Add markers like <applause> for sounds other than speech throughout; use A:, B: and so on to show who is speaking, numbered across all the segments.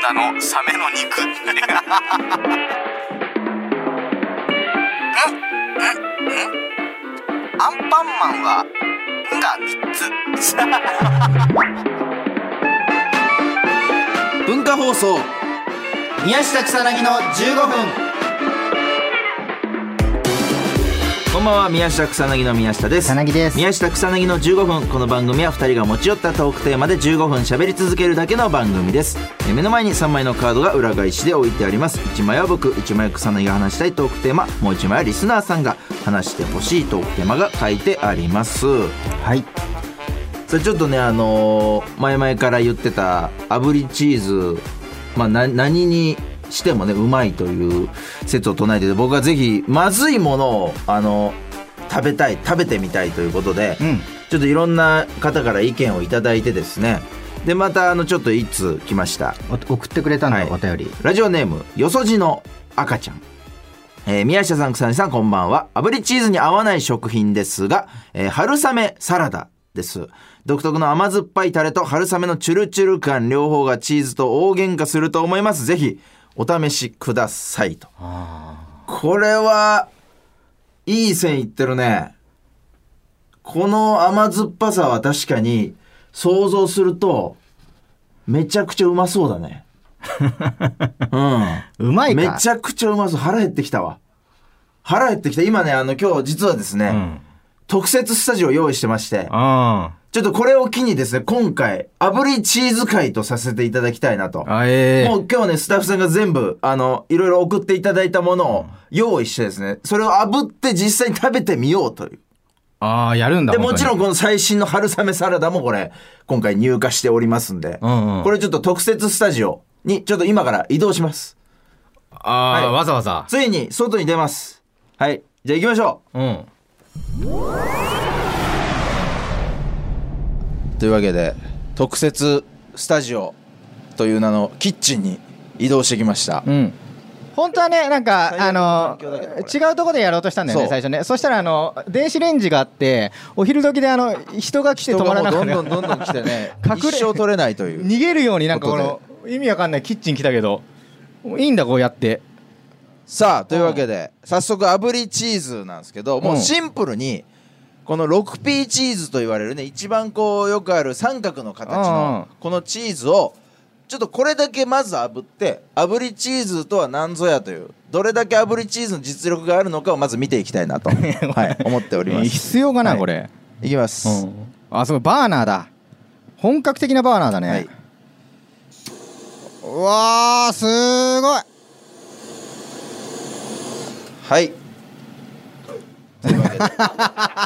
A: 田のサメの肉ってアンパンマンは「ん」が3つ
B: <laughs> 文化放送宮下草薙の15分こんばんは宮下草薙の宮下です
C: 草薙です
B: 宮下草薙の15分この番組は2人が持ち寄ったトークテーマで15分喋り続けるだけの番組ですえ目の前に3枚のカードが裏返しで置いてあります1枚は僕1枚は草薙が話したいトークテーマもう1枚はリスナーさんが話してほしいトークテーマが書いてあります
C: はい
B: それちょっとねあのー前々から言ってた炙りチーズ、まあ、な何にしてもねうまいという説を唱えてて僕はぜひまずいものをあの食べたい食べてみたいということで、
C: うん
B: ちょっといろんな方から意見をいただいてですねでまたあのちょっといつ来ました
C: お送ってくれたんだ、
B: はい
C: お便り
B: ラジオネームよそじの赤ちゃん、えー宮下さん草薙さんこんばんは炙りチーズに合わない食品ですが、えー春雨サラダです独特の甘酸っぱいタレと春雨のチュルチュル感両方がチーズと大喧嘩すると思いますぜひお試しくださいとこれはいい線いってるねこの甘酸っぱさは確かに想像するとめちゃくちゃうまそうだねうん
C: うまいか
B: めちゃくちゃうまそう腹減ってきたわ腹減ってきた今ねあの今日実はですね、
D: うん。
B: 特設スタジオ用意してまして
D: あ
B: ちょっとこれを機にですね今回炙りチーズ会とさせていただきたいなと
D: あ。あ、ええ
B: もう今日ねスタッフさんが全部あのいろいろ送っていただいたものを用意してですねそれを炙って実際に食べてみようという
D: ああ、やるんだ。
B: でもちろん
D: ん。
B: この最新の春雨サラダもこれ今回入荷しておりますんで、
D: うんうん
B: これちょっと特設スタジオにちょっと今から移動します
D: ああ、
B: はい
D: わざわざ。
B: ついに外に出ますはいじゃあ行きましょ
D: うん。
B: うというわけで特設スタジオという名のキッチンに移動してきました、
D: うん。
C: 本当はねなんかあ
B: 最悪の環
C: の
B: 境だけどこ
C: 違うところでやろうとしたんだよね
B: そう
C: 最初ねそしたらあの電子レンジがあってお昼時であの人が来て
B: 人
C: 止まらな
B: が
C: く
B: も
C: て
B: うどんどんどんどん来てね
C: <laughs> 隠れ
B: 一生取れないという
C: 逃げるようになんかこの意味わかんないキッチン来たけどいいんだこうやって
B: さあというわけで早速炙りチーズなんですけどもうシンプルにこの 6P チーズと言われるね一番こうよくある三角の形のこのチーズをちょっとこれだけまず炙って炙りチーズとは何ぞやというどれだけ炙りチーズの実力があるのかをまず見ていきたい <laughs> なと、 <laughs> はい、思っております
C: <laughs> 必要かな
B: はい
C: これ
B: いきます、
C: あそうバーナーだ本格的なバーナーだ
B: は
C: ね
B: いう
C: わーすごい
B: はいというわけで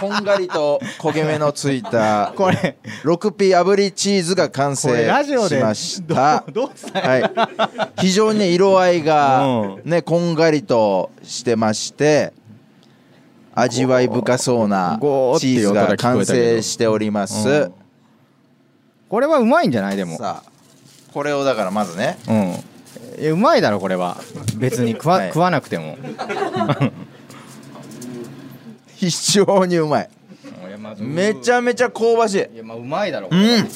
B: こんがりと焦げ目のついた
C: <laughs> これ
B: 6P 炙りチーズが完
C: これ
B: 成
C: ラジオで
B: しました
C: どうどう伝え
B: はい、非常に色合いが
D: う、
B: ね、こんがりとしてまして味わい深そうなチ
D: ゴーって
B: ー
D: いう
B: ズ
D: 音が聞こ
B: が
D: えたけど
B: 完成しております、
D: うん
C: これはうまいんじゃないでも
B: さあこれをだからまずね
C: うんえうまいだろこれは別に食わ,、
B: はい
C: 食わなくて
B: <laughs>
C: も
B: 非常にうまいめちゃめちゃ香ばしい
C: いやまあうまいだろ
B: れはうん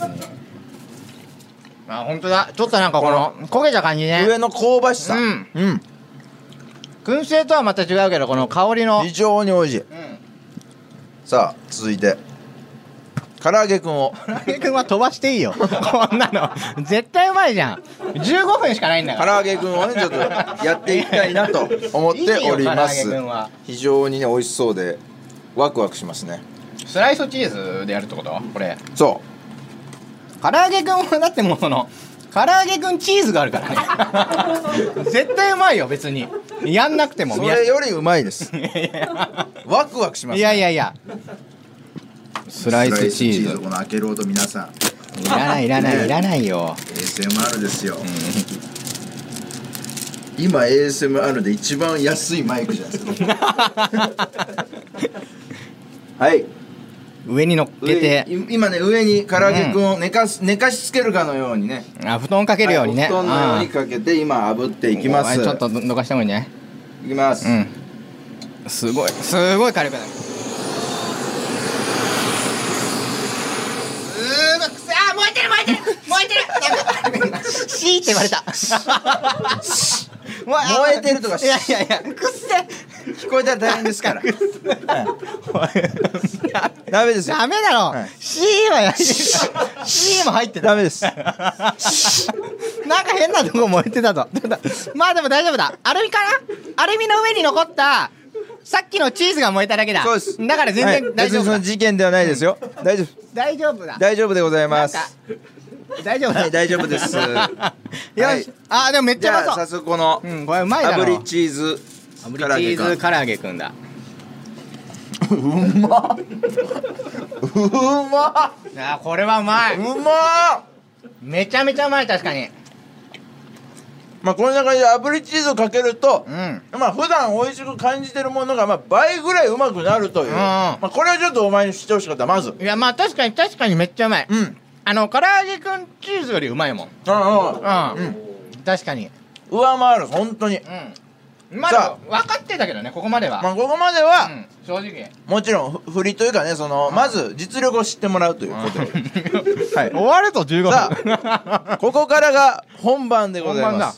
C: あ本当だちょっとなんかこの焦げた感じね
B: 上の香ばしさ
C: うん
B: うん、
C: 燻製とはまた違うけどこの香りの
B: 非常に美味しいさあ続いて唐揚げくんを
C: 唐揚げくんは飛ばしていいよ <laughs> こんなの絶対うまいじゃん15分しかないんだ
B: 唐
C: から
B: 揚げくんをねちょっとやっていきたいなと思ってお
C: いいよ
B: りま
C: 唐揚げ
B: す
C: くんは
B: 非常にね美味しそうでワクワクしますね
C: スライスチーズでやるってことこれ
B: そ
C: 唐揚げくんはだってもうその唐揚げくんチーズがあるからね <laughs> 絶対うまいよ別にやんなくて
B: う
C: も
B: そ
C: 宮下
B: れよりうまいですワクワクします
C: いやいやいやスライスチーズ
B: この開ける音皆さん
C: いらないいらないいらないよ
B: ASMR ですよ <laughs> 今 ASMR で一番安いマイクじゃな
C: <laughs>
B: いですかはい
C: 上に乗っけ
B: 上
C: て
B: に今ね上に唐揚げくんを寝かす、寝かしつけるかのようにね
C: あ布団かけるようにね
B: はいお布団のよう
C: あ
B: にかけて今炙って
C: ー
B: いきま
C: お前
B: す
C: ちょっとどどかした方がいいね
B: いきます、
C: うんすごいすごい軽くなる
B: <laughs>
C: すごいくそあー燃えてる燃えてる燃えてるやばいシーって言われた。
B: 燃えてるとか
C: いやいやいや。
B: くっせ聞こえたら大変で
C: <laughs>
B: すから。はいダメですよ。
C: ダメだろ、
B: はい
C: C はやり C も入ってた
B: ダメです。
C: なんか変なとこ燃えてたぞまあでも大丈夫だアルミかなアルミの上に残ったさっきのチーズが燃えただけだ
B: そうです。
C: だから全
B: は
C: 然
B: い
C: 大丈夫だ、
B: 別にその事件ではないですよ。大丈夫。
C: 大丈夫だ
B: 大丈夫でございます。
C: なんか大丈夫だ、
B: はい、大丈夫です。
C: よし、
B: はい
C: あでもめっち
B: じ
C: ゃ
B: ゃ
C: うま
B: あ
C: そ
B: 早
C: う
B: 速この
C: うんこれうまいだろ
B: 炙りチーズ唐揚げ
C: チーズ
B: か。
C: 唐揚げくんだ
B: うま
C: あこれはうまい、
B: うま
C: めちゃめちゃうまい確かに
B: まあこの中で炙りチーズをかけると
C: う、ん
B: まあ普段美味しく感じてるものがまあ倍ぐらいうまくなるという。
C: うん
B: まあこれをちょっとお前に知ってほしかったまず。
C: いやまあ確かに確かにめっちゃうまい、
B: うん。
C: あの唐揚げくんチーズよりうまいもん
B: うんうん。
C: うん、確かに
B: 上回る本当に。
C: うんまあで
B: さ
C: も分かってたけどねここまでは、
B: まあここまで
C: う
B: は
C: ん、正直
B: もちろんふ振りというかねそのまず実力を知ってもらうということで。は
C: <laughs>
B: い。
C: 終わると15
B: さあここからが本番でございます
C: 番だ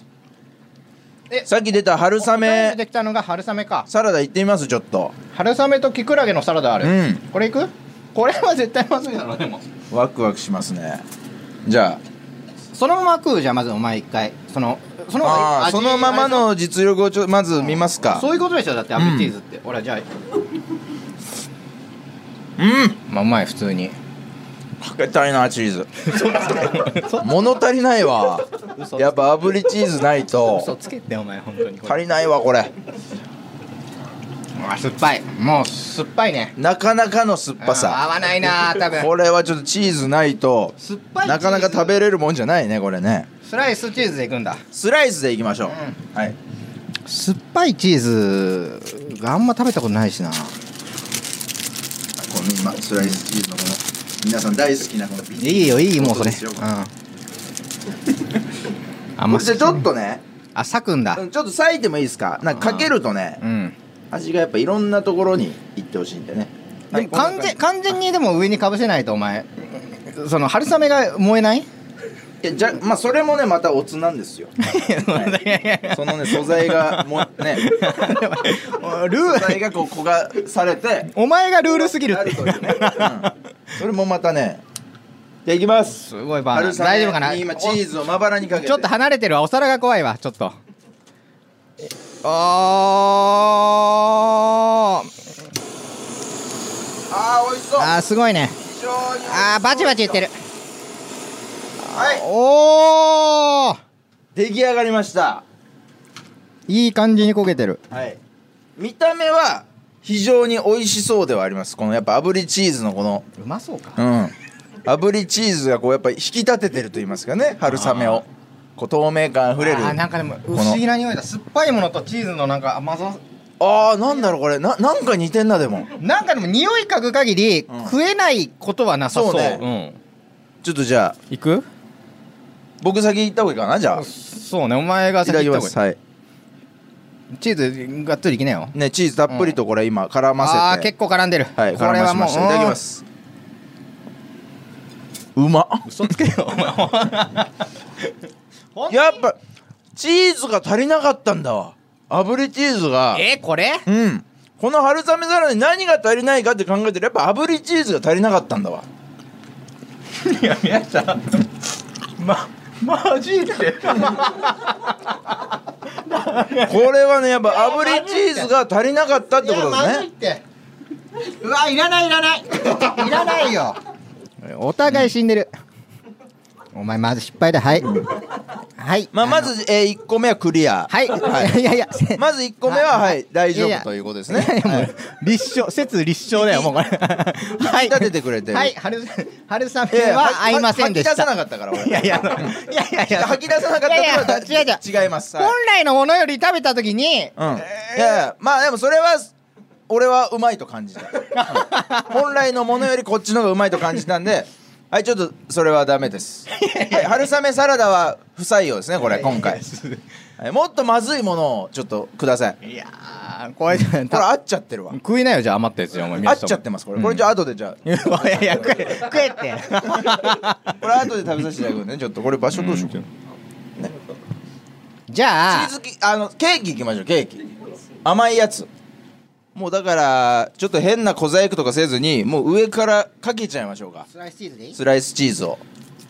C: え
B: さっき出た春
C: で
B: 雨
C: できたのが春雨か
B: サラダいってみますちょっと
C: 春雨とキクラゲのサラダある、
B: うん
C: これいくこれは絶対まずいだろでも
B: ワクワクしますねじゃ
C: そのまま食うじゃんまずお前一回そのその
B: ああー
C: 味
B: そのままの実力をちょまず見ますか
C: そういうことでしょだってア
B: う
C: ピ
B: ん
C: チーズって、俺はじゃあ
B: うん
C: まあうまい普通に
B: かけたいなチーズ物足りないわ
C: 嘘
B: やっぱ炙りチーズない
C: 嘘
B: と
C: つけてお前本当にこ
B: 足
C: れ
B: りないわこれ
C: あ酸っぱいもう酸っぱいね
B: なかなかの酸っぱ
C: うん合
B: さ
C: わないな多分
B: これはちょっとチーズないと
C: 酸っぱいチーズ
B: なかなか食べれるもんじゃないねこれね
C: スライスチーズでいくんだ
B: スライスでいきましょう、
C: う
B: はい
C: 酸っぱいチーズがあんま食べたことないしな
B: この今スライスチーズのこの皆さん大好きなこのビ
C: いいよいいもうそれ
B: そうですよ
C: うんあん
B: こ
C: ま
B: れでちょっとね
C: あ裂くんだ
B: ちょっと裂いてもいいですかなんかかけるとね
C: うん
B: 味がやっぱいろんなところに行ってほしいんでね
C: で
B: はい
C: も完全
B: こんな感
C: 完全にでも上にかぶせないとお前その春雨が燃えない
B: じいやじゃまあそれもねまたおつなんですよ
C: <laughs> いやいやいや
B: そのね素材がもう
C: <laughs>
B: ね
C: ル
B: 素
C: ー
B: 材がこう焦がされて
C: お前がルールすぎる
B: な
C: って
B: るというね、うんそれもまたねじゃあいきます
C: すごいバーナ
B: 春
C: ー
B: 雨
C: 大丈夫かな
B: に今チーズをまばらにかけて
C: ちょっと離れてるわお皿が怖いわちょっとあー
B: ああ美味しそう
C: あーすごいね
B: 非常に
C: あーバチバチいってる
B: はい
C: おお
B: 出来上がりました
C: いい感じに焦げてる
B: はい見た目は非常に美味しそうではありますこのやっぱ炙りチーズのこの
C: うまそうか
B: うん炙りチーズがこうやっぱ引き立ててると言いますかね春雨をこう透明感あふれる
C: あー
B: あ
C: なんかでも不
B: の
C: 思議な匂いだ酸っぱいものとチーズのなんか甘さ
B: あーなんだろうこれななんか似てんなでも
C: なんかでも匂い嗅ぐ限り、
B: うん
C: 食えないことはなさそう
B: そうねちょっとじゃあ
C: うん、いく
B: 僕先行った方がいいかなじゃあい
C: そうねお前が
B: た
C: 先
B: だき
C: 行った
B: ま
C: 方
B: す
C: が
B: は
C: い
B: い
C: いチーズがっつりいきなよ
B: ねチーズたっぷりとこれ今絡ませて、
C: ああ結構絡んでる、
B: はい
C: これは
B: 絡まし
C: も
B: ま
C: う
B: したいただきますうまっ
C: 嘘つけ <laughs> よお前ほん
B: やっぱチーズが足りなかったんだわ炙りチーズが
C: えー、これ
B: うんこの春雨サラダに何が足りないかって考えてるやっぱ炙りチーズが足りなかったんだわ
C: いや宮下まマジって
B: これはねやっぱ炙りチーズが足りなかったって
C: い
B: こ
C: や
B: と
C: ま
B: で
C: ずい
B: す
C: っ
B: ね
C: てうわいらないいらないいらないよお互い死んでる、お前まず失敗だはいはい
B: まあまず、え1個目はクリア
C: はい、 <laughs> い、やいやせ
B: まず1個目は
C: はい
B: はい大
C: いや
B: 丈
C: いや
B: 夫ということですね
C: いやいやもう
B: はい
C: 立証説立証だよもうこれは
B: 引き立ててくれて
C: <laughs>
B: る
C: はい春春
B: いや
C: 雨
B: いや
C: は合いませんでし
B: 吐き出さな
C: た
B: かったから
C: いや
B: 俺
C: いやいやいやいや
B: 吐き出さなかった
C: いやいや
B: って
C: 違う違う
B: ことは違いますはい
C: 本来のものより食べた時に
B: うん、いやいやまあでもそれは俺はうまいと感じた、うん本来のものよりこっちの方がうまいと感じたんで <laughs> はいちょっとそれはダメです、はい、春雨サラダは不採用ですねこれ今回、はい、もっとまずいものをちょっとくださいこ
C: いやーこれじゃ
B: れ合っちゃってるわ
C: 食いなよじゃあ余ったやつじゃお前
B: 合っちゃってますこれこれじゃあ後でじゃ
C: いやいや食え食えって
B: あこれ後で食べさせていただくんでねちょっとこれ場所どうしよう
C: <laughs> じゃあ
B: チーズきあのケーキいきましょうケーキ甘いやつもうだからちょっと変な小細工とかせずにもう上からかけちゃいましょうか
C: スライスチーズでいい
B: スライスチーズを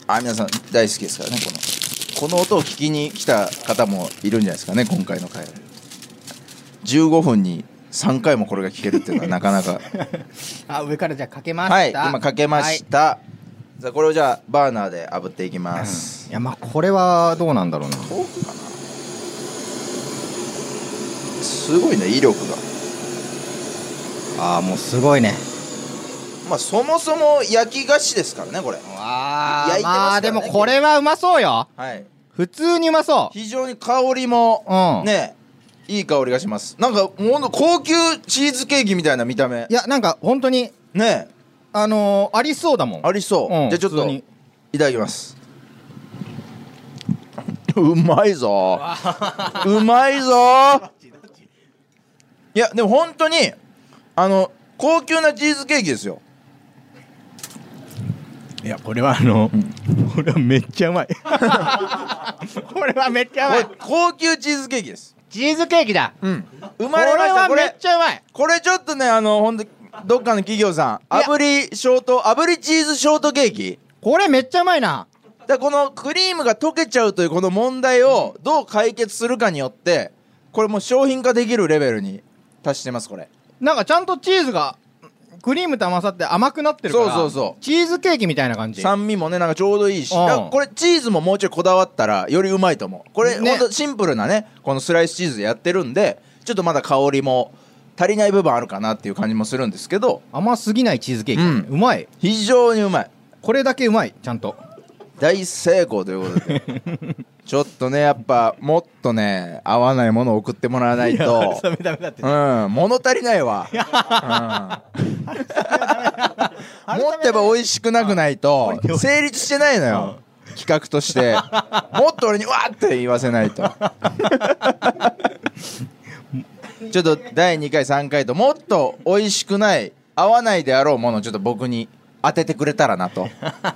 B: あ皆さん大好きですからねこのこの音を聞きに来た方もいるんじゃないですかね今回の回15分に3回もこれが聞けるっていうのはな
C: <laughs>
B: かなか
C: あ上からじゃあかけました
B: はい今かけました、じゃあこれをじゃあバーナーで炙っていきます
D: いやまあこれはどうなんだろうな
B: すごいね威力が
D: ああもうすごいね
B: まあそもそも焼き菓子ですからねこれ
C: わあ
B: 焼いてますからね
C: まあでもこれはうまそうよ
B: はい
C: 普通にうまそう
B: 非常に香りも
D: うん
B: ねいい香りがしますなんかほんと高級チーズケーキみたいな見た目
D: いやなんか本当に
B: ね
D: あのー、ありそうだもん
B: ありそう、
D: うん
B: じゃあちょっ
D: 普
B: と
D: 通に
B: いただきますうまいぞうまいぞいやでも本当にあの高級なチーズケーキですよ
D: いやこれはあの、これはめっちゃうまい
C: これはめっちゃうま
B: これ
C: い
B: 高級チーズケーキです
C: チーズケーキだ
B: うん生
C: こ
B: ま
C: れ
B: れました
C: は
B: こ
C: め
B: れ
C: っちゃうまい
B: これちょっとねあの本当どっかの企業さん
C: いや
B: 炙りショート炙りチーズショートケーキ
C: これめっちゃうまいな
B: だからこのクリームが溶けちゃうというこの問題をどう解決するかによってこれもう商品化できるレベルに達してますこれ
D: なんかちゃんとチーズがクリームと甘さって甘くなってるから
B: そうそうそう
D: チーズケーキみたいな感じ
B: 酸味もねなんかちょうどいいし
D: うん
B: だからこれチーズももうちょいこだわったらよりうまいと思うこれ、
D: ね
B: ほんとシンプルなねこのスライスチーズでやってるんでちょっとまだ香りも足りない部分あるかなっていう感じもするんですけど
D: 甘すぎないチーズケーキ、
B: うん
D: うまい
B: 非常にうまい
D: これだけうまいちゃんと
B: 大成功ということでちょっとねやっぱもっとね合わないものを送ってもらわないと
C: ダメダメだって
B: うん物足りないわ、うん、持ってば美味しくなくないと成立してないのよ企画と <laughs> してもっと俺にわーって言わせないとちょっと第2回3回ともっと美味しくない合わないであろうものをちょっと僕に当ててくれたらなと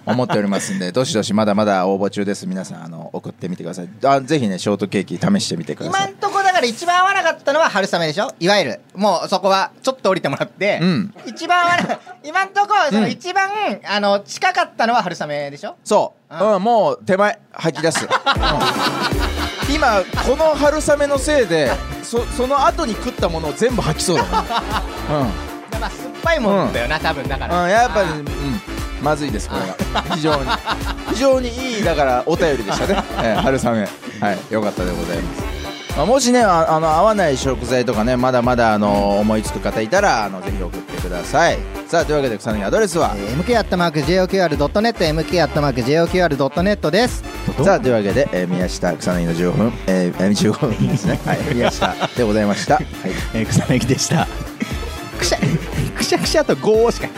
B: 思っておりますんでどしどしまだまだ応募中です皆さんあの送ってみてくださいあぜひねショートケーキ試してみてくださ
C: 今
B: い
C: んとこだから一番合わなかったのは春雨でしょいわゆるもうそこはちょっと降りてもらって、
B: うん
C: 一番合わな <laughs> 今んとこその一番、あの近かったのは春雨でしょ
B: そう、
C: うん
B: うん、もう手前吐き出す、うん今この春雨のせいでそその後に食ったものを全部吐きそうだな、うん
C: だから酸っぱいもんだよな、多分だから、
B: うん、やっぱり、うん、まずいですこれが非常に非常にいいだからお便りでしたね、えー春雨はいよかったでございます、まあ、もしねああの合わない食材とかねまだまだあの思いつく方いたらあのぜひ送ってくださいさあというわけで草薙アドレスは、
C: えー MK アットマーク JOQR.net MK アットマーク JOQR.net です
B: さあというわけで、えー宮下草薙の15分、えー、えー15分ですね、はい、宮下でございました、はい、
D: えー草薙でしたくしゃくしゃくしゃと5しか